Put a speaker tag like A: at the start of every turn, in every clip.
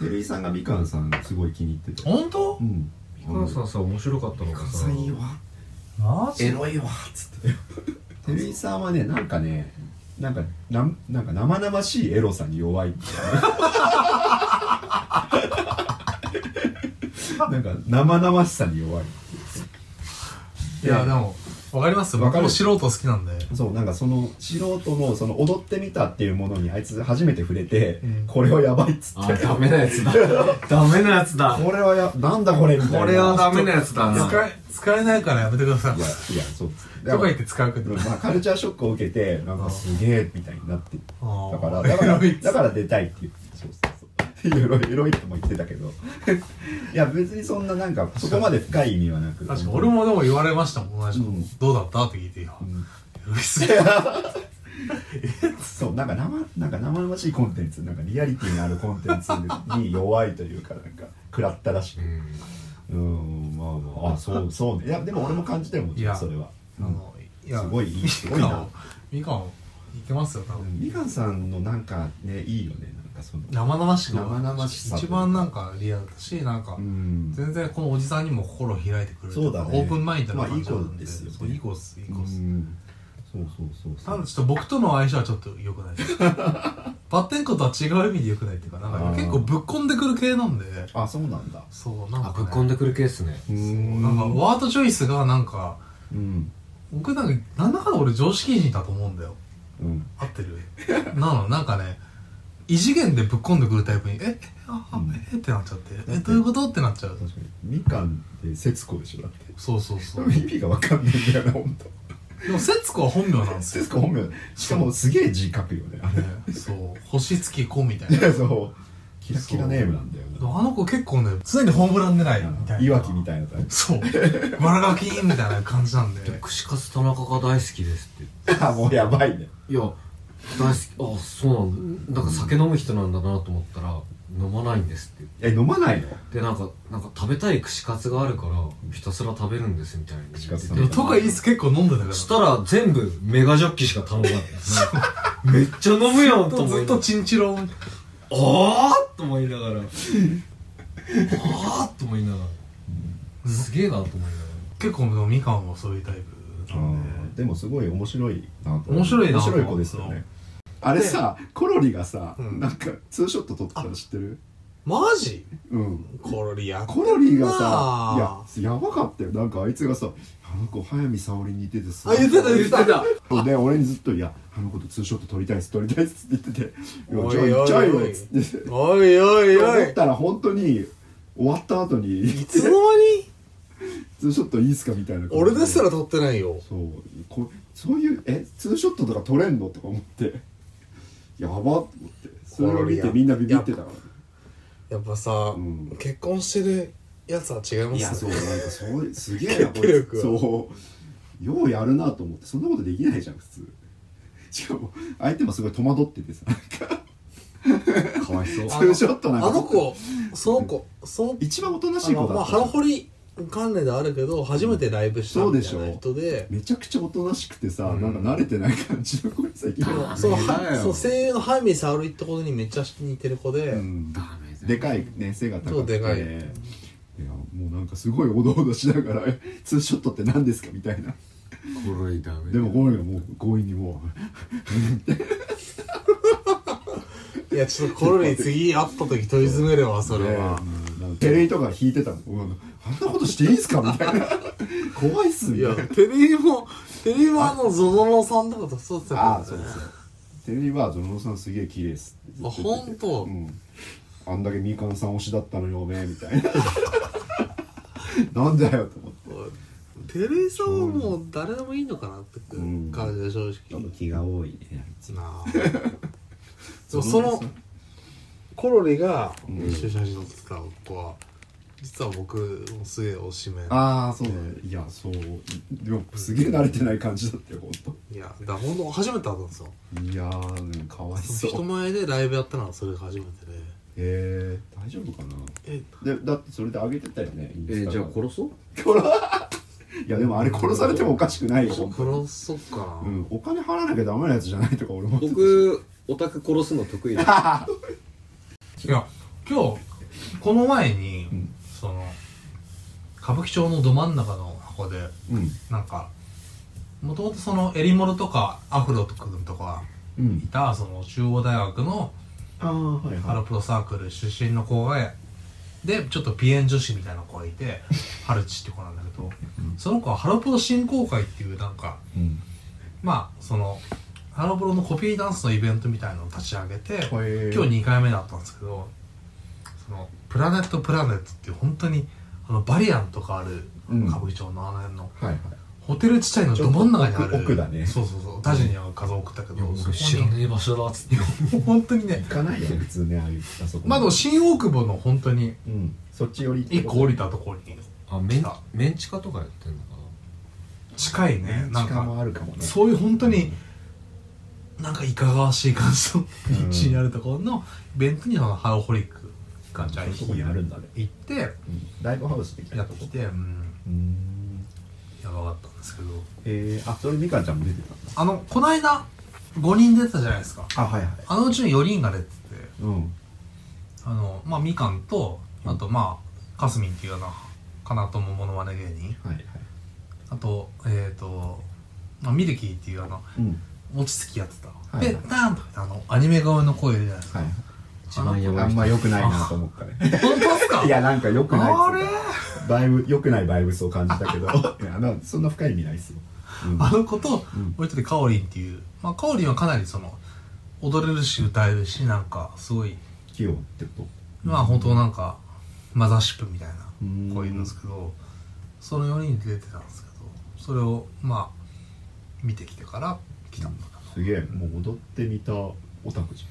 A: 照井さんがみかんさんすごい気に入ってた
B: 本当
A: うん
C: みかんさんさ面白かったの
A: み
C: が
A: かん
C: さ
A: さんいいわ
B: マ
A: エ
B: ジ
A: ロいわっつって照井さんはねなんかねなんかなんなんか生々しいエロさに弱い っていうねなんか生々しさに弱い
B: いやでもわかります
A: わ
B: 僕
A: かる
B: も素人好きなんで
A: そうなんかその素人のその踊ってみたっていうものにあいつ初めて触れて、
B: うん
A: これはやばいっつっ
C: あ
A: て
C: ーダメなやつ だダメなやつだ
A: これはやなんだこれみたいな
C: これはダメなやつだな
B: 使え使えないからやめてください
A: いやいやそう
B: とか言って使うけ ど
A: うんまあ、カルチャーショックを受けてなんかすげえみたいになってだ
B: だ
A: からだ からだから出たいっていうそうそうそうエロいエロいとも言ってたけどいや別にそんななんかそこまで深い意味はなく
B: 確かに俺もでも言われましたもん同じこと、
A: うん
B: どうだったって聞いてよ、
A: うん
B: うるせえ
A: そうなんか生なんか生々しいコンテンツなんかリアリティのあるコンテンツに弱いというかなんか食らったらしく
C: うん
A: うんまあまああそうそうねいやでも俺も感じてるもん
B: いや
A: それは
B: あのい
A: すごいいいすごい
B: みか
A: なん
B: みかんいけますよ多分、
A: みかんさんのなんかねいいよねなんかその
B: 生々しく
A: 生々しさ
B: 一番なんかリアルだしなんか、
A: うん
B: 全然このおじさんにも心を開いてくれると
A: そうだね
B: オープンマインドな感じな
A: まあいい子
B: ん
A: ですよね
B: そういい子っすいい子っす、
A: うんそうそうそうそ
B: ただ
A: う
B: ちょっと僕との相性はちょっと良くないですバッテンコとは違う意味で良くないっていうかなんか結構ぶっこんでくる系なんで
A: あそうなんだ
B: そうなんか、
C: あ
B: ね、
C: ぶっこんでくるケースね
A: う
B: そうなんかワードチョイスがなんか
A: うん
B: 僕なんか何らかの俺常識人だと思うんだよ
A: うん
B: 合ってるなのなんかね異次元でぶっこんでくるタイプにええああ
A: うん
B: えってなっちゃって
A: て
B: えどういうことってなっちゃう
A: 確かにみかんって節子でしょだって
B: そうそうそう
A: 意味がわかんないんだよな本当。
B: でも節子は本名なんですよ
A: 節子本名しかもすげえ字書くよねあれ
B: ねそう星月子みたい
A: い
B: な
A: やそうキラキラネームなんだよな
B: あの子結構ね常にホームラン狙いみたいない
A: わきみたいなタイ
B: そうわらがきみたいな感じなんで
C: 串カツ田中が大好きですって
A: プ あもうやばいね
C: いや大好きあそうなんだなんか酒飲む人なんだなと思ったら飲まないんですって
A: え飲まないの
C: でなんかなんか食べたい串カツがあるからひたすら食べるんですみたいな
A: 串カツ田
B: でもとかいいっす結構飲んでたから
C: そし
B: ず
C: たら全部メガジョッキしか頼ま ないめっちゃ飲むやんと
B: っとず
C: 思い
B: っ
C: な
B: と
C: がら
B: チンチロン
C: あーっと思いながらあーっと思いながらすげえなと思いなが
B: 結構でもみかんはそういうタイプなんで
A: うんでもすごい面白いなと
B: 面白いな
A: 面白い子ですよねあれさコロリがさ
B: うん
A: なんかツーショット撮ったの知ってる
B: マジ
A: うん
B: コロリや
A: コロリーが
B: あ
A: さいややばかったよなんかあいつがさ「あの子早見沙織に似ててさ」
B: あ言ってた言ってた
A: で俺にずっと「いやあの子とツーショット撮りたいです撮りたいです」って言ってて「いや
B: お
A: じ
B: い
A: ゃあ
B: お
A: 行
B: いお
A: っ
B: い
A: ちゃうよ」っつって
B: おいおいお
A: 思っ
B: い
A: たら本当に終わった後に
B: いつの間に
A: ツーショットいいっすかみたいな感じ
B: 俺ですら撮ってないよ
A: そうこそういうえツーショットとか撮れんのとか思ってやばっと思ってそれを見てみんなビビってたか
B: やっぱさ、
A: うん
B: 結婚してるやつは違い
A: ら
B: ま
A: いや
B: す
A: そ
B: ね
A: うなんかそうすげえ なこ
B: 決定
A: れ
B: 力
A: そうようやるなと思ってそんなことできないじゃん普通 しかも相手もすごい戸惑っててさなんから
C: かわいそう
A: ツーショットなんか
B: あの子その子その
A: 一番おとな
B: あ
A: しい子だ
B: の
A: った
B: まあ
A: じゃん
B: 腹掘り関連であるけど初めてライブした
A: そうで
B: み
A: したょ
B: いな人で
A: めちゃくちゃおとなしくてさ、
B: うん
A: なんか慣れてない感じの子に最近
B: でもその
C: ダメだ
B: は
C: よ
B: そう声優のハイミー・サウルってことにめっちゃ似てる子で、
A: うん
C: ダメだ
A: でかいね背が高くて
B: そうでかい
A: いやもうなんかすごいおどおどしながら 「ツーショットって何ですか?」みたいな
C: これダメ
A: でもゴールがもう強引にも
B: いやちょっとコロリ次会った時問い詰めるわ
A: う
B: それは、
A: テレビとか弾いてたのうんあんなことしていいんすかみたいな 怖いっすみ
B: い
A: たい
B: や
A: な
B: テレビもテレビもあのゾゾノさんとかとそうだった
A: ああそうそうテレビはゾノさんすげえ綺麗っすってずっと言ってて
B: あほんと
A: うん、あんだけみかんさん推しだったのよねみたい ななんだよと思って
B: テレさんはもう誰でもいいのかなって感じで正直、
A: 気が多いね
B: なあでもそのコロリが一緒に写真を使う子は実は僕もすげえおしめ
A: ああそうだねいやそうでもすげえ慣れてない感じだったよ本
B: いやだからほんと初めて会ったんですよ
A: 当いやーでもかわいそう
B: 人
A: へ
B: 前でライブやったのはそれが初めてで
A: えー、大丈夫か
B: え
A: なでだってそれであげてたよね
C: えーじゃあ殺そう
A: いやでもあれ殺されてもおかしくないよ、
B: 殺そっか
A: う
B: な、
A: ん、お金払わなきゃダメなやつじゃないとか俺も
C: 僕オタク殺すの得意だ
B: いや今日この前に、
A: うん
B: その歌舞伎町のど真ん中の箱で
A: うん
B: なんかもともとそのエリモロとかアフロとくんとか
A: う
B: い
A: ん
B: たその中央大学の
A: ああはい
B: ハロプロサークル出身の子がでちょっとピエン女子みたいな子がいてハルチって子なんだけどその子はハロプロ振興会っていうなんか
A: いうん
B: まあそのハロプロのコピーダンスのイベントみたいのを立ち上げて
A: へえ
B: 今日2回目だったんですけどそのプラネットプラネットっていう本当にあのバリアンとかある
A: うん
B: 歌舞伎町のあの辺の、
A: はいはい
B: ホテル地帯のど真ん中にあ
A: ちょっと
B: る
A: 奥奥だね
B: そうそうそうダジには数送ったけど、
C: や
B: そこ
C: 俺
B: に
C: 知らねえ場所だっつって
B: 本当にね
A: 行かないよね普通ねああいうあそこ
B: まあでも新大久保の本当に
A: うんそっち寄りって
B: 一
A: こと
B: 個降りたところに
C: あメン
B: 来た
C: メンチカとかやってんのか
B: 近いねなん
A: 時間も
B: か
A: あるかもね
B: そういう本当になんかいかがわしい感じの
A: うん
B: 立地にあるところのイベントにそのハロホリックがじゃあ
A: そういうとこにあるんだね
B: 行って
A: うんライブハウス的
B: や
A: な
B: っ
A: と
B: て
A: こ
B: きてうん
A: うん
B: やばかったんですけど
A: えー、あそれみかんちゃんも出てたんだ
B: あのこの間5人出たじゃないですか
A: あはいはい
B: あのうちの4人が出てて
A: うん
B: あのまあみかんとあとまあかすみんっていうようなかなともものまね芸人
A: はいはい
B: あとえっ、ー、と、まあ、ミルキーっていうあの
A: うん
B: 餅つきやってた、
A: いはい
B: でダーンとかってあのアニメ顔の声いるじゃないですか、
A: はい
C: 一番やば
A: あ
C: い
A: ん
C: 人
A: ま良くないなと思ったね
B: 本当ですか
A: いやなんか良くないっ
B: あ
A: つうかバイブ良くないバイブスを感じたけどいやなそんな深い意味ないっすよ、うん
B: あの子とも
A: うん
B: う一人かおりんっていう、まあ、かおりんはかなりその踊れるし歌えるしなんかすごい
A: 器用ってこと
B: まあ本当なんかマザーシップみたいな
A: うん
B: こういうんですけどその4人で出てたんですけどそれをまあ見てきてから来たんだ
A: すげえもう踊ってみたオタクじ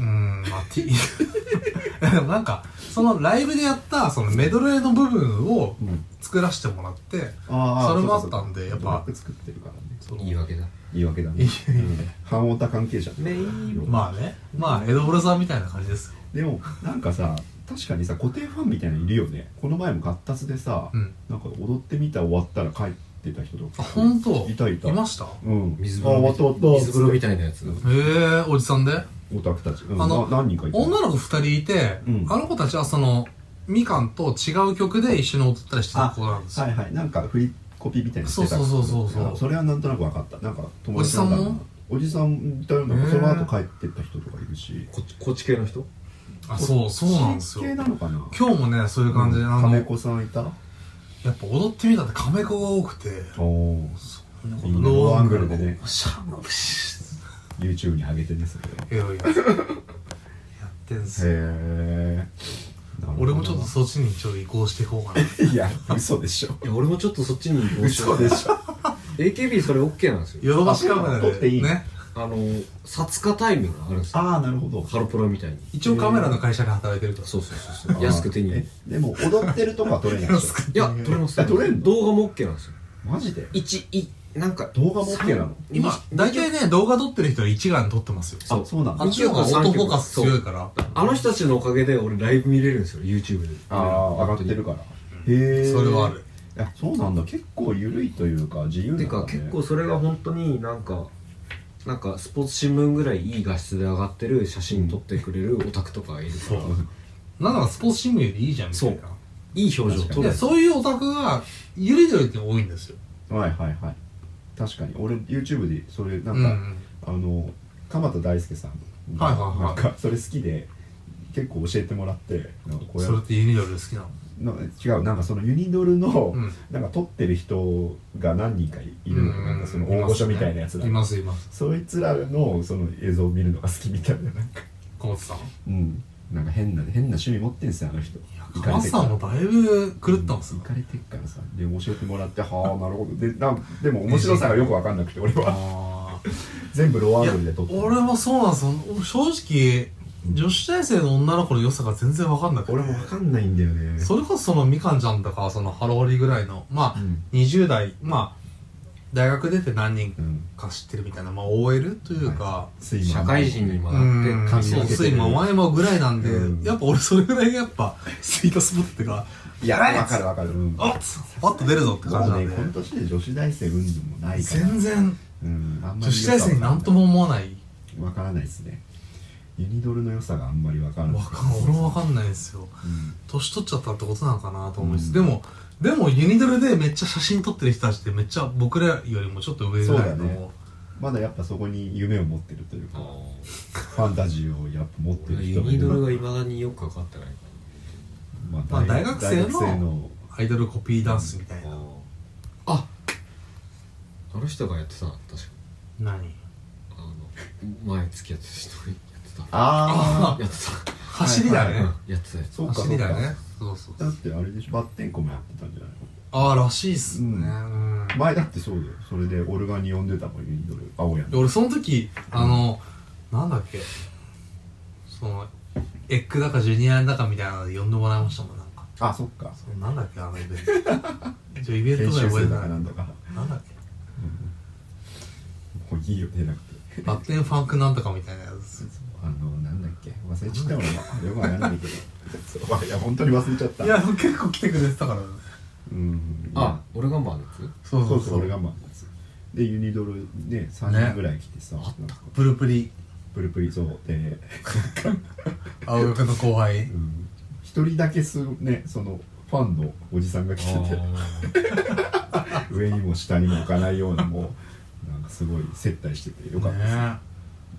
B: うーん まあ T でもなんかそのライブでやったそのメドレーの部分を
A: ゃん、うん、
B: 作らせてもらって
A: あ
B: それもあったんでやっぱ
A: ドラッグ作ってるからね
B: その
C: 言い訳だ
A: いいわけだ
B: い
A: ね
B: い
A: うん半オタ関係者ってことだよ
B: まあねまあ江戸ブラザーみたいな感じですよ
A: でもなんかさ確かにさ固定ファンみたいなのいるよねこの前も合達でさ、
B: うん
A: なんか踊ってみた終わったら帰ってた人とか
B: あ本当
A: いたいた
B: いましたへ
A: うん
C: 水
A: あ
C: 風
A: 終わった終わ
C: 呂
A: った
C: 水風呂みたいなやつ
A: うん
B: えおじさんで
A: オタクたち、うん、
B: あの
A: な何人かいた
B: 女の子2人いて、
A: うん
B: あの子たちはそのみかんと違う曲で一緒に踊ったりしてた子なんですよ、
A: はいはいなんか振りコピーみたいにしてた
B: そうそうそうそうそう
A: あそれはなんとなく分かったなんか友達なんだろうなおじさんいたよう
B: へ
A: な
B: ー
A: その後帰ってった人とかいるし
C: こっちこっち系の人
B: あそうそうなんですよ
A: 神経なのかな
B: 今日もねそういう感じで、あの
A: 金
B: やっ
A: 子さんいた
B: ぱ踊ってみたってカメコが多くて
A: おお
B: こんなこと
A: ローアングルでね
B: シャンプシ
A: YouTube に上げてねそれ
B: ーエロいやつやってんすよ
A: へえ
B: 俺もちょっとそっちにちょっと移行していこ うかな
A: いや嘘でしょ
C: いや俺もちょっとそっちに移動しよ
A: 嘘
C: う
A: でし ょ
C: AKB それ OK なんですよ
B: ヨドバシカメラ
A: 撮って
B: で
A: いい
B: ね
C: あの殺価タイムがあるんですよ
A: ああなるほど
C: ハロプロみたいに
B: 一応カメラの会社で働いてると
C: そうそうそうそう安く手に入れる
A: えでも踊ってるとこは撮れない でしょ
C: いや撮れます
A: あ撮れんの
C: 動画も OK なんですよ
A: マジで
C: 一いなんか
A: 動画も OK なの
B: 今大体ね動画撮ってる人は一眼撮ってますよ
C: そう
A: あそうなんだ
B: あっちの方がオートフォーカス強いから
C: あの人たちのおかげで俺ライブ見れるんですよ YouTube で
A: ああ上がってるからへえ
B: それはある
A: いやそうなんだ結構緩いというか自由なんだ、
C: て
A: ね、
C: か結構それが本当になんかなんかスポーツ新聞ぐらいいい画質で上がってる写真撮ってくれるオタクとかがいるから、
B: なんならスポーツ新聞よりいいじゃんみたい
C: そういい表情撮
B: な
C: る
B: でそういうオタクがゆるゆるって多いんですよ
A: はいはいはい確かに俺 YouTube でそれな
B: うん
A: か、
B: ん
A: あの鎌田大輔さんが
B: はいはいはい
A: なんかそれ好きで結構教えてもらってなんかこうや
B: それってユニドル好きなの
A: な違うなんかそのユニドルの、
B: うん
A: なんか撮ってる人が何人かいるのよなんかその大御所みたいなやつら、
B: いますいます
A: そいつらのその映像を見るのが好きみたいななんか
B: 小松さ
A: う
B: ん
A: んなんか変な変な趣味持ってんすよあの人いや
B: 小松さんもだいぶ狂ったんすよ
A: 行かれてっからさで教えてもらってはあ なるほどでなんでも面白さがよく分かんなくて俺 は
B: あ
A: 全部ロー
B: あ
A: ア
B: い
A: ン
B: や
A: グルで撮ってる
B: 俺もそうなんですよ正直女子大生の女の子の良さが全然わかんなくて
A: 俺も分かんないんだよね
B: それこそそのみかんちゃんとかそのハローリぐらいのまあ、
A: うん
B: 20代まあ大学出て何人
A: うん
B: か知ってるみたいな、まあ、OL というか、
A: 睡魔
C: 社会人に
B: う
C: も
B: ん
C: なって
A: 感じ
B: そう
A: が出てる
B: ついま前もぐらいなんで、
A: うん
B: やっぱ俺それぐらいがやっぱスイートスポットが
A: いや分かる分かるうん
B: あっパッと出るぞって感じ
A: も
B: な
A: うね
B: んで
A: この年で女子大生うんぬんもないから
B: 全然
A: うんあんまり
B: 女子大生になんとも思わない
A: 分からないですねユニドルの良さがあんまり分からない
B: わかん俺もわかんないんですよ
A: うん
B: 年取っちゃったってことなのかなと思います、
A: うん
B: でもでもユニドルでめっちゃ写真撮ってる人たちってめっちゃ僕らよりもちょっと上ぐらい
A: そう
B: の、
A: だねまだやっぱそこに夢を持ってるというかファンタジーをやっぱ持って
C: 俺
A: る
C: ユ
A: 人がい
C: ニ
A: る
C: ドルがいまだによく分かってないか
A: ま
B: まあ大学生の
A: 大学生の
B: アイドルコピーダンスみたい
C: ら
B: な、
C: ああの人がやってた確か
B: 何
C: あの前付き合ってた人がやってた
A: あ
C: やって
B: 走りだね、
A: はいは
C: たやってたや
A: あ
C: つ
A: そうか
B: 走
A: そ
B: り
A: う
B: だ
A: か
B: ねそうそう
A: だってあれでしょバッテンコもやってたんじゃないの
B: ああらしいっすね、
A: うん
B: うん
A: 前だってそうだよそれでオルガンに呼んでたもんユニドル青や
B: で俺その時あの、なんだっけそのエッグだかジュニアだかみたいなので呼んでもらいましたもんなんか
A: あそっか
B: それなんだっけあのイベント ちょイベン
A: 編
B: ト名
A: 集
B: 覚え
A: 生
B: て
A: だかな
B: ないなんん
A: だか
B: だっけ
A: もういいよ出なくて
B: バッテンファンクなんとかみたいなやつ
A: あのなんだっけ忘れちゃった俺もよくわかんないけどそういや本当に忘れちゃった
B: いや結構来てくれてたから
A: うん
C: あオルガンバーのやつ
B: そう
A: そ
B: そうう
A: そう
B: そう
A: 俺がまあでユニドルね3人ぐらい来てさ、なんか
B: プルプリ
A: プルプリそうで
B: 青学の後輩
A: うん一人だけすねそのファンのおじさんが来てて上にも下にも置かないようなもうなんかすごい接待しててよかったです、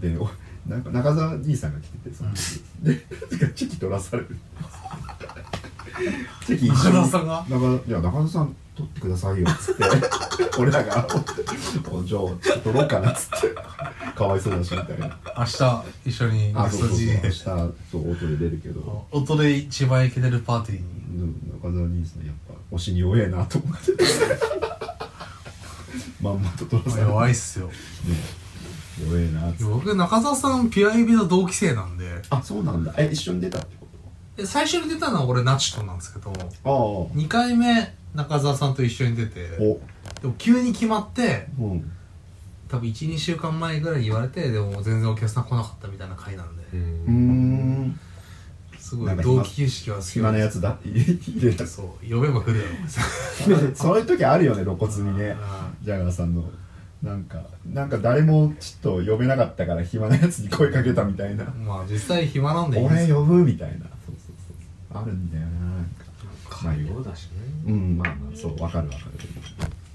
B: ね
A: でおなんか中澤兄さんが来ててその時でなんかチェキ取らされるチェキ一緒に
B: 中澤さんが
A: 中いや中澤さん取ってくださいよっつって俺らが「おじゃあちょっと取ろうかな」っつってかわいそうだしみたいな
B: 明日一緒に
A: あ
B: ゲ
A: そ
B: ス
A: うそ
B: ト
A: うそう
B: 陣営
A: 明日そう音で出るけど
B: 音で一番イケてるパーティーに
A: うん中澤兄さんやっぱ推しに弱えなと思ってまんまと取らされる
B: 弱いっすよ
A: ね弱えなっつって
B: 僕中澤さんピア指の同期生なんで
A: あそうなんだえ一緒に出たってこ
B: で最初に出たのは俺ナチトなんですけど
A: とあ
B: 2回目中澤さんと一緒に出て
A: あお
B: でも急に決まって
A: うん
B: 多分12週間前ぐらいに言われてでも全然お客さん来なかったみたいな回なんで
A: うーん
B: すごい同期意識は好き
A: 暇なやつだって入れた
B: そう呼べば来るよ
A: そういう時あるよね露骨にねジャガーさんのなんかなんか誰もちょっと呼べなかったから暇なやつに声かけたみたいな
B: まあ実際暇な
A: 「
B: んでいいんです
A: 俺
B: よ
A: 呼ぶ」みたいなそうそうそうあるんだよななんかまあいいよ
C: だしね
A: うんまあまあそうわかるわか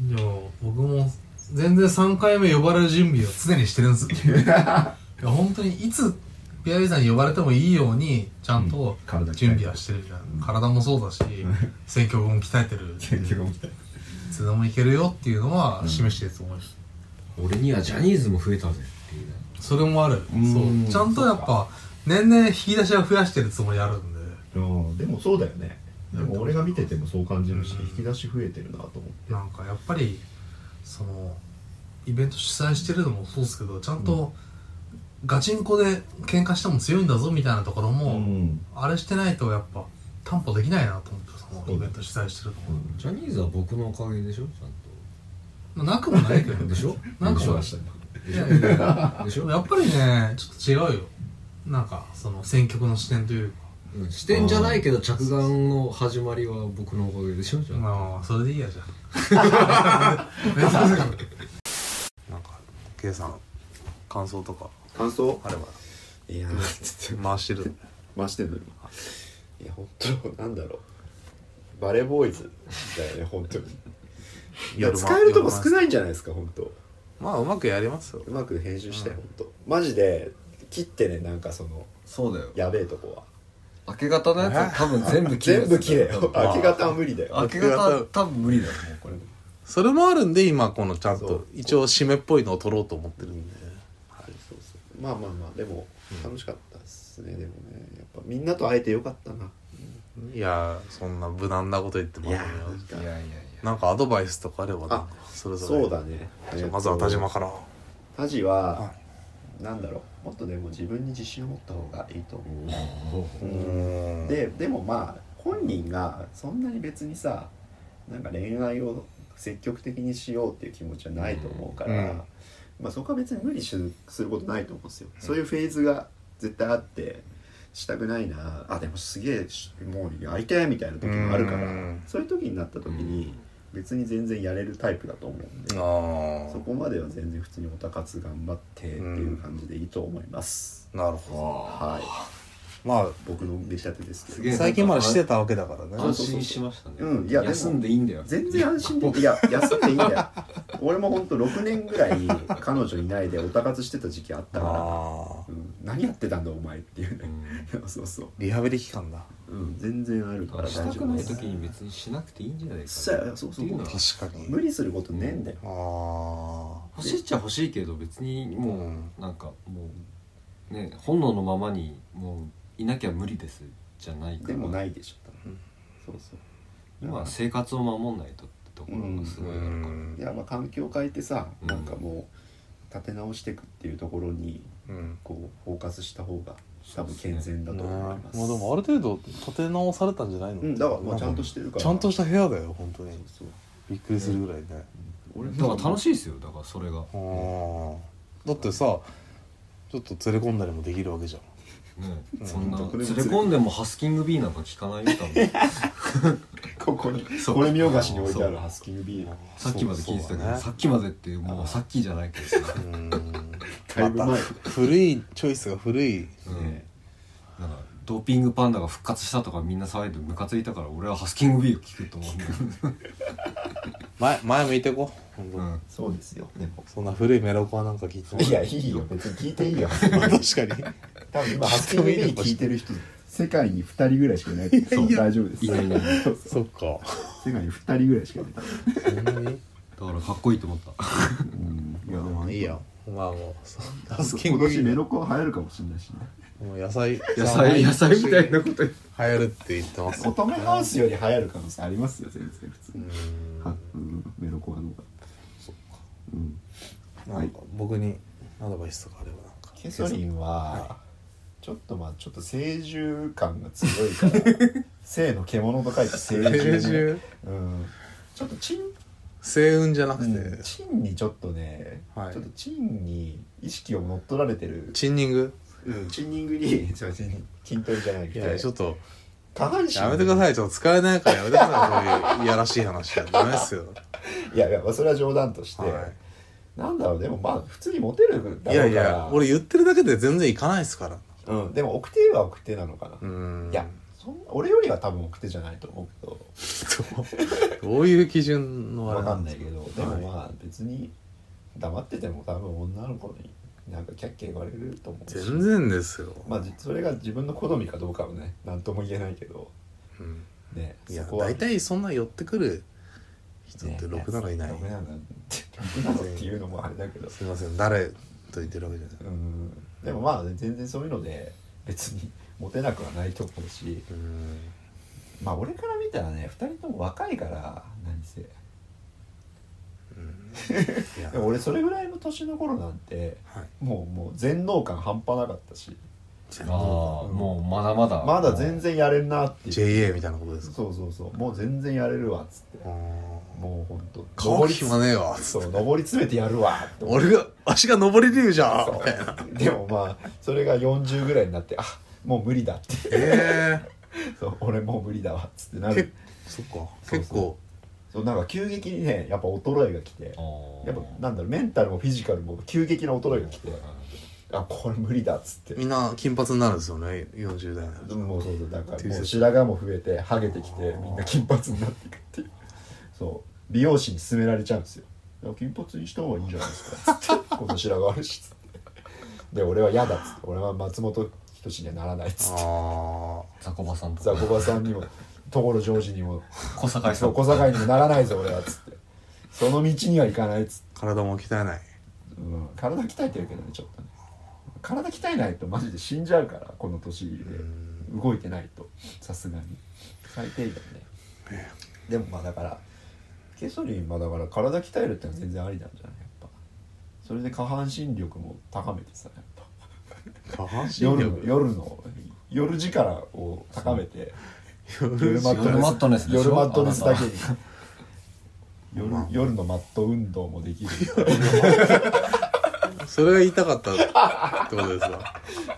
A: る
B: でも僕も全然3回目呼ばれる準備を常にしてるんですい や本当にいつピアリさんに呼ばれてもいいようにちゃん
A: うん
B: と
A: 体鍛えて
B: 準備はしてるみたいな、体もそうだし選曲も鍛えてる
A: 選挙が起きたい
B: いつでもいけるよっていうのは示してると思います、
C: 俺にはジャニーズも増えたぜっていうね
B: それもある
A: うん
B: そうちゃんとやっぱ年々引き出しは増やしてるつもりあるんで
A: うんでもそうだよねでも俺が見ててもそう感じるし引き出し増えてるなと思って
B: なんかやっぱりそのイベント主催してるのもそうですけどちゃんとガチンコで喧嘩しても強いんだぞみたいなところも、
A: ん
B: あれしてないとやっぱ担保できないなと思ってそのイベント主催してる
A: う
B: のも、
A: ん
C: ジャニーズは僕のおかげでしょちゃん
B: まあ、なくもないけど
C: とでしょ
B: なんか
C: でしょ
B: も
A: 出
B: う
A: したね
C: でしょでし
B: でも
C: ょ
B: やっぱりねちょっと違うよなんかその選曲の視点というか
C: うん視点じゃないけど着眼の始まりは僕のおかげでしょじゃ
B: ま
C: あ
B: あまあまあそれでいいやじゃ あなんか K さん感想とか
A: 感想
B: あれば
A: いや ちょっと
B: 回してる
A: 回してんの今いや本当なんだろうバレーボーイズだよね本 当にいや
B: 夜ま
A: 使えるとこ少ないんじゃないですか本当う
B: まあうまくやりますよ
A: まく編集して、本当マジで切ってねなんかその
C: そうだよ
A: やべえとこは
C: 明け方のやつ多分全部
A: 全部切れ
C: よ
A: よ明け方は無理だよ
C: 明け方多分無理だよもうこれ
B: それもあるんで今このちゃん
A: そう
B: と一応締めっぽいのを取ろうと思ってるんで
A: はいそうそうまあまあまあでも楽しかったですね、でもねやっぱみんなと会えてよかったない
B: やーそんな無難なこと言っても
A: い
B: あれ
A: や
B: だよ
A: なんか
C: いやいやいや
B: なんかアドバイスとかあればなんかそれぞれ
A: そうだね
B: じゃあまずは田島から
A: タジはなんだろうもっとでも自分に自信を持った方がいいと思う
B: うん
A: ででもまあ本人がそんなに別にさなんか恋愛を積極的にしようっていう気持ちはないと思うから、
B: うん
A: まあ、そこは別に無理しすることないと思うんですよ、そういうフェーズが絶対あってしたくないなあでもすげえしもう会いたいみたいな時もあるから、
B: うん
A: そういう時になった時に、別に全然やれるタイプだと思うんでそ
B: あ
A: こまでは全然普通にオタ活頑張ってっていう感じでいいと思います、
B: あなるほ
A: はい
B: どま
A: 僕の出来立てですけ
C: す
A: ど
C: げえ
B: あ最近までしてたわけだからね
C: 安心しましたね
A: うんいやでも
C: 休んでいいんだよ
A: 全然安心でいや休んでいいんだよ俺もほんと6年ぐらい彼女いないでオタ活してた時期あったか
B: ああ
A: ら、うん、何やってたんだお前っていうね そうそう、
B: リハビリ期間だ
A: うん、全然あるから
C: した
A: 大丈
C: く
A: 夫
C: な
A: で
C: い
A: す
C: 時に別にしなくていいんじゃないか
A: そうやそうそう
C: っていのは
B: 確かに
A: 無理することねえんだよ、
B: ああ
C: 欲しいっちゃ欲しいけど別に
B: う
C: も
B: ん
C: うなんかもうね本能のままにもういなきゃ無理ですじゃないから
A: でもないでしょ、
B: うん
A: そうそう
C: 今は生活を守んないとってところがすごいあるから、
A: いやまあ環境を変えてさ、
C: うん
A: なんかもう立て直していくっていうところに
B: うん
A: こうフォーカスした方が多分
C: そう
A: 健
C: ですね
A: 全だと思い
B: ね
A: ます
B: もうでもある程度立て直されたんじゃないの、
A: うんだからまあちゃんと
B: し
A: してるから
B: ちゃんと
A: し
B: した部屋だよ本当に
A: そう
B: びっくりするぐらいね、
A: 俺
C: だから楽しいですよだからそれが、
B: あーだってさちょっと連れ込んだりもできるわけじゃん
C: ね
B: うん
C: そんな
A: ど
C: 連
A: こで
C: れ
A: も
C: 込んでもハスキング B なんか聞かないよ多分
A: ここに
C: そう
A: これ見よがしに置いてある
C: そう
A: ハスキングビール
C: さっきまで聞いてたけど、
B: そうだね
C: さっきまでっていうもうさっきじゃないけどさ、
B: うーん
A: だいぶ前
B: 古いチョイスが古い
C: うん
A: ね
C: なんかドーピングパンダが復活したとかみんな騒いでムカついたから俺はハスキング B を聞くと思うんだよ、
B: 前前向いてこ本当
C: う
B: に、
C: ん
A: そうですよでも
B: そんな古いメロコアなんか聞いても
A: いやいいよ別に聞いてい いよ
B: 確かに
A: 多分今ハスキングビール聞いてる人世界に2人ぐらいしかいないそう大丈夫です
C: いないいない
A: そうそう
B: そっか
A: 世界に2人ぐらいしかいない
B: そんなに
C: だからかっこいいと思った
A: うんいやでも
B: まあいいやまあもうそハスキン
A: 今
B: グ
A: 年メロコア流行るかもしれないしね
B: もう野菜
C: 野菜野菜みたいなこと言って
B: 流行るって言ってます
A: 乙女ハウスより流行る可能性ありますよ全然普通にはうんメロコアの方がうん
B: なんか僕にアドバイスとかあればなんか
A: ケソリンはちょっとまあちょっと清獣感が強い から性の獣と書いて清
B: 成
A: 獣
B: 獣
A: うんちょっとチン
B: 星雲じゃなくて、
A: チンにちょっとね、
B: はい
A: ちょっとチンに意識を乗っ取られてる
B: チンニング
A: うんチンニングにそうチンニン筋トレじゃない
B: い
A: けど
B: やちょっと
A: 下半身
B: やめてくださいちょっと使えないからやめてくださいそういういやらしい話はダメっすよ
A: いやいやまあそれは冗談として、
B: は
A: なんだろうでもまあ普通にモテる
B: い
A: だ
B: いや
A: ろうから
B: いや俺言ってるだけで全然いかないっすから
A: うん、でも奥手は奥手なのかな、
B: うーん
A: いやそん俺よりは多分奥手じゃないと思うけど
B: どうどういう基準のあれ
A: 分かんない
B: です
A: け
B: か
A: どでもまあ別に黙ってても多分女の子になんかキャッキャ言われると思うし
B: 全然ですよ、
A: まあじそれが自分の好みかどうかはね何とも言えないけど
B: うん、
A: ね
B: いや
A: そこは
B: 大体そんな寄ってくる人って
A: ね
B: 6ならいない、
A: 6なら6ならっていうのもあれだけど
B: すいません誰と言ってるわけじゃない
A: うんでもまあ全然そういうので別にモテなくはないと思うし
B: うーん
A: まあ俺から見たらね2人とも若いから何せ
B: いや
A: でも俺それぐらいの年の頃なんて
B: はい
A: もうもう全能感半端なかったし
B: 全
C: ああ
B: 然
C: もうまだまだ
A: まだ全然やれんなっていう
B: JA みたいなことですか
A: そうそうそうもう全然やれるわっつって
B: あー
A: もうほんと
B: 乾く
A: つ
B: 暇ねえわ
A: そう登り詰めてやるわって思って
B: 俺が足が登り竜じゃんみたいな
A: そうでもまあそれが40ぐらいになってあもう無理だって
B: え
A: そう俺もう無理だわっつって
B: え
A: な
B: け
A: る
B: そっか
A: そうそう
B: 結構
A: そうなんか急激にねやっぱ衰えが来て
C: あー
A: やっぱなんだろうメンタルもフィジカルも急激な衰えが来てあこれ無理だっつって
B: みんな金髪になるんですよね40代になると
A: もうそうそうだから
B: T シャツ
A: もう白髪も増えてハゲてきてみんな金髪になっていくっていうそう美容師に勧められちゃうんですよいや金髪にした方がいいんじゃないですかつってこの白髪あるしつってで俺は嫌だっつって俺は松本人志にはならないっつって
B: あ
C: ザコバさんと
A: ザ
C: か
A: コバさんにも所ジョージにも
C: 小堺さ
A: そ
C: ん
A: う
C: と
A: 小
C: か
A: 堺にもならないぞ俺はっつってその道には行かないっつって
B: あ体も鍛えない
A: うん、体鍛えてるけどねちょっとね体鍛えないとマジで死んじゃうからこの年で動いてないとさすがに最低限ねでもまあだからケソリンまあだから体鍛えるってのは全然ありなんじゃないやっぱそれで下半身力も高めてさやっぱ
B: 下半身
A: 夜の
B: 力
A: 夜の夜力を高めて
B: 夜
A: マ
C: 夜マットネスでしょ
A: 夜マットネスだけに夜
B: まあ
A: 夜のマット運動もできる
B: それが言いたかったってことですわ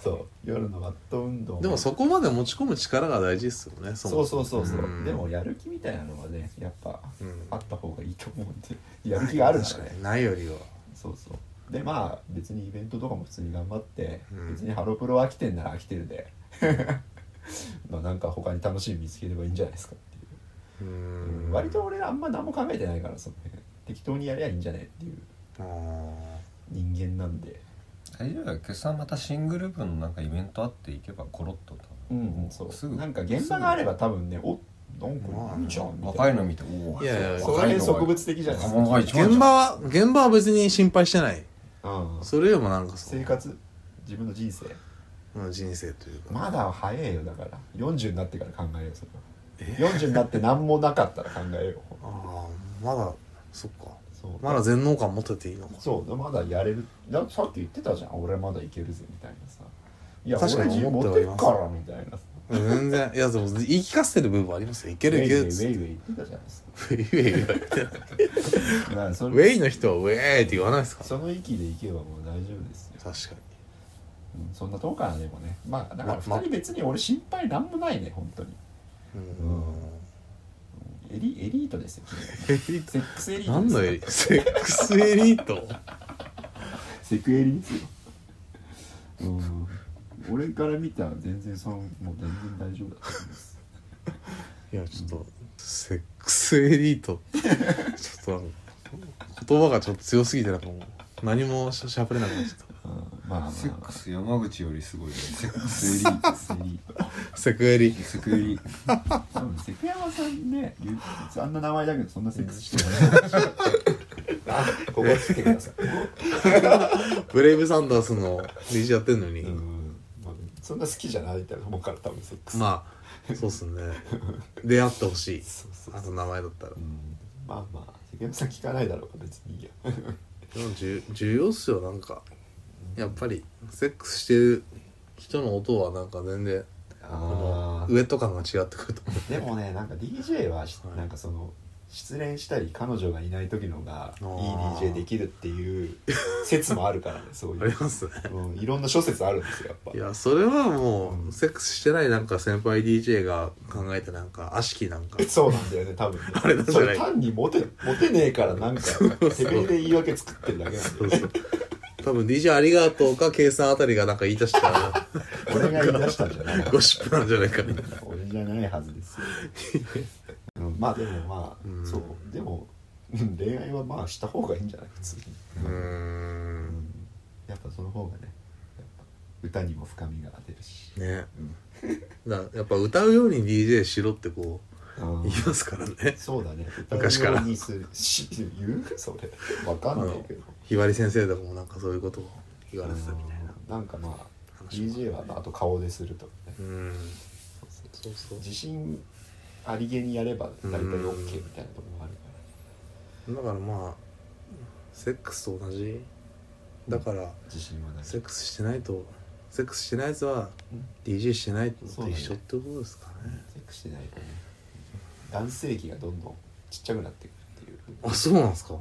A: そう夜のバット運動
B: でもそこまで持ち込む力が大事ですよねそ
A: そ
B: も
A: う
B: そ
A: そう
B: も
A: そうそう、
B: うん
A: でもやる気みたいなのはねやっぱ
B: うん
A: あった方がいいと思うんでやる気があるんだね
B: ないよりは
A: そうそうでまあ別にイベントとかも普通に頑張って、
B: うん
A: 別にハロプロ飽きてんなら飽きてるで まあなんか他に楽しみ見つければいいんじゃないですかっていう
B: う
A: うんん割と俺らあんま何も考えてないからその辺適当にやりゃいいんじゃないっていう
B: あー
A: 人間なんで
C: 大丈夫だよ今朝また新グループのなんかイベントあっていけばコロッと多
A: う
C: 分
A: んうんそう
C: すぐ
A: なんか現場があれば多分ねおなんかいいじゃんみたいな
C: 若いの見ておお
B: いやいや
A: そこら辺植物的じゃないです
C: 若
A: か
C: 者が一番
B: 現場は現場は別に心配してない
A: うん
B: それよりもなんかその
A: 生活自分の人生
B: うん人生というか、
A: まだ早えよだから40になってから考えようそれは40になって何もなかったら考えよう
B: ああまだそっか
A: そう
B: まだ全能感持ってていいのか
A: そうまだやれるださっき言ってたじゃん俺まだいけるぜみたいなさいや
B: 確か
A: 俺
B: に
A: 自由
B: 思っ
A: 持って
B: はい
A: て
B: ま
A: っ
B: す
A: からみたいなさ
B: 全然いやでも言い聞かせてる部分ありますよいけ
A: ウェ
B: るいけ
A: イウェイ
B: るっつっ
A: ウェ
B: て
A: イウェイって言ったじゃないです
B: ウェイウェイ言われてない
A: かだからそ
B: ウ
A: れ
B: ェイの人はウェイって言わないですか
A: その域でいけばもう大丈夫ですよ、
B: 確かに
A: うんそんな遠からでもねまあだから
B: まま
A: 2人別に俺心配なんもないね本当に
B: うん
A: エリエリートですよ君は
B: エリート
A: セックスエリート
B: 何
A: です
B: のエリセックスエリート
A: セクエリですよ。うん。俺から見たら全然そのもう全然大丈夫だと思います。
B: いやちょっとセックスエリートちょっとなんか言葉がちょっと強すぎてなんかもう何もしゃべれなくなっちゃっ
A: うん、まあまあ
C: セックス山口よりすごいねセックスエリート
A: セクエリ
B: たセクエリ
C: セクエリ
A: 多分セクヤマさんね、ゆあんな名前だけどそんなセックスしてない。
D: ここつけてください
B: ブレイブサンダースの DJ やってんのに、
A: うん。まあそんな好きじゃないって思うから多分セックス。
B: まあそうっすね出会ってほしい
A: そうそう
B: あの名前だったら
A: うん。まあまあセクヤマさん聞かないだろうから別にいいや。
B: でも重重要っすよなんかやっぱりセックスしてる人の音はなんか全然
A: あ
B: ウエット感が違ってくると
A: あ。でもね、なんか DJ はし
B: はい
A: なんかその。失恋したり彼女がいない時のがいい
B: あー
A: DJ できるって いう説もあるからねそうい
B: あ
A: う
B: りますね
A: うん、いろんな諸説あるんですよやっぱ
B: いやそれはもう、
A: うん
B: セックスしてないなんか先輩 DJ が考えてなんか悪しきなんか
A: そうなんだよね多分ね
B: あれなんじゃ
A: そ
B: ない
A: れ単にモテモテねえからなん か手繰りで言い訳作ってるだけなんだ
B: そうそう多分 DJ ありがとうか計算あたりがなんか言い出した ら
A: よ俺が言い出したんじゃない
B: ゴシップなんじゃないかみたいな
A: 俺じゃないはずですよ、う ん、まあでもまあ、
B: うん
A: そうでもうん恋愛はまあした方がいいんじゃない普通に、
B: うー
A: うんん、やっぱその方がねやっぱ歌にも深みが出るし
B: ね、だからやっぱ歌うように DJ しろってこう言いますからね
A: そうだね
B: 昔から
A: 歌うようにするし言うそれわかんないけど、
B: ひばり先生とかもなんかそういうことを言われてたみたいな
A: うんなんかまあ
B: 話も
A: DJ はあと顔でするとかね
B: うんそうそう
A: 自信ありげにやれば大体 OK みたいなところがあるか
B: だからまあセックスと同じだから
A: ら自信はない
B: セックスしてないとセックスしてないやつは DJ してないのと一緒ってことですかね
A: セックスしてないとね男性器がどんどんちっちゃくなってくるっていう
B: あそうなんですかへ
A: う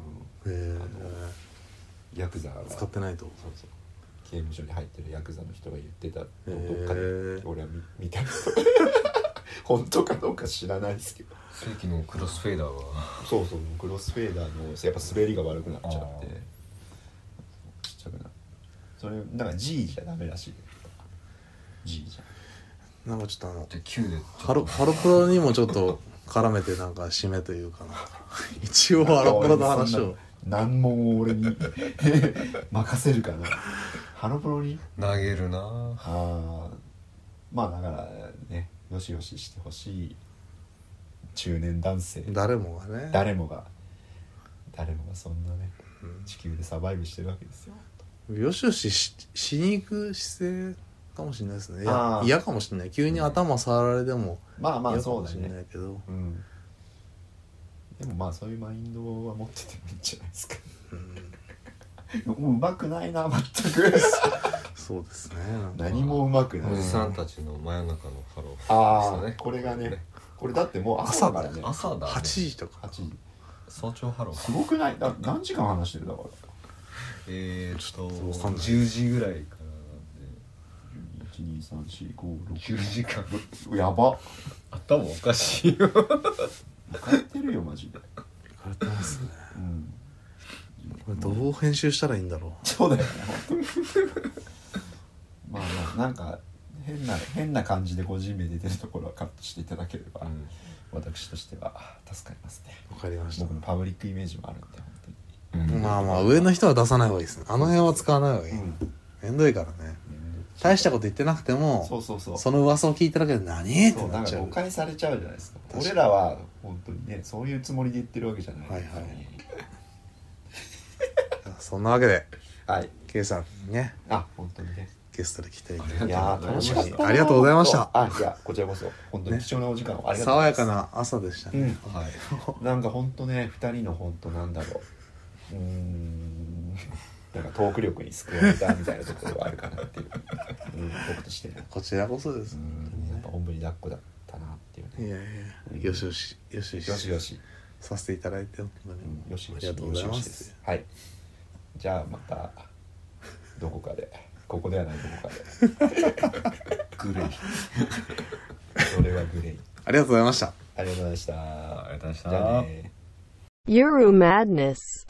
B: え
A: んヤクザが
B: 使ってないと
A: そうそう刑務所に入ってるヤクザの人が言ってたの
B: へ
A: をどっか
B: ー
A: で俺は見見たりと か本当かどうか知らないですけど
C: 世紀のクロスフェーダーは
A: そうそうクロスフェーダーのやっぱ滑りが悪くなっちゃって
C: あ
A: ちっちゃくなるそれなんか G じゃダメらしい G じゃ
B: なんかちょっとあの
C: で9で
B: ハロハロプロにもちょっと絡めてなんか締めというかな 一応ハロプロの話を
A: 難問を俺に 任せるかなハロプロに
C: 投げるな
A: あーまあだからねよしよししてほしい中年男性
B: 誰もがね
A: 誰もが誰もがそんなね地球でサバイブしてるわけですよ
B: よしよしししに行く姿勢かもしれないですねいや
A: あー
B: 嫌かもしれない急に頭触られても
A: まあまあ
B: 嫌か
A: そう
B: も
A: だ
B: しれな
A: ね
B: いけど、
A: うんでもまあそういうマインドは持っててもいいんじゃないですか
B: うん
A: もううまくないな全 く
B: そうですねなんか
A: 何もうまくない
C: おじさんたちの真夜中のハロー
A: あ
C: そう
A: あ
C: ね
A: これがねこれだってもう朝
B: 朝
A: か
B: だ
A: らね
C: 朝だ、ね、
B: 8時とか
A: 8時
C: 早朝ハロー
A: すごくないだ何時間話してるだから
C: えー、っと
B: ちょっとわかんない
C: 10時ぐらいからなんで
A: 123456
C: 10時間
A: やば
C: 頭おかしいよ
A: 帰ってるよマジで
B: かれてますね
A: うん
B: これどう編集したらいいんだろ
A: そうだよね本当 まあまあなんか変な変な感じで個人名出てるところはカットしていただければ、
C: うん
A: 私としては助かりますね
B: うわかりました
A: 僕のパブリックイメージもあるんで本当に
B: まあまあ上の人は出さない方がいいですねあの辺は使わない方がいい、めんどいからね大したこと言ってなくても
A: そうそうそう
B: その噂を聞いただけで何って
A: そう
B: な
A: な
B: っ
A: ん
B: ち
A: か
B: ゃう
A: 誤解されちゃうじゃないですか
B: 確かに
A: 俺らは本当にねそういうつもりで言ってるわけじゃない
B: はいはいそんなわけで
A: はい、
B: K さんね
A: あ本当にね
B: ゲストで来ていただい
A: いやー楽しかったな
B: ありがとうございました
A: あいやこちらこそ本当に貴重なお時間をあ
B: て
A: りがとうござ
B: 爽
A: い
B: や
A: ます
B: かな朝でしたね、
A: うん
C: はい
A: なんか本当ね2人の本当なんだろううーんなんかトーク力に救われたみたいなところがあるかなっていう、うん、僕としてね
B: こちらこそで
A: う
B: す、
A: んやっぱおんぶに抱っこだったなっていうね
B: いやいやよしよしよしよし
A: よしよし、
B: させていただいて本当に、
A: うん、よしよ
B: あ
A: し
B: りがとうございま
A: よし
B: す
A: よしですはいじゃあまたどこかでここではないどこかで
C: グレー
A: それはグレイ
B: ありがとうございました
A: ありがとうございました
C: ありがとうございました
A: じゃあね
E: Euro Madness.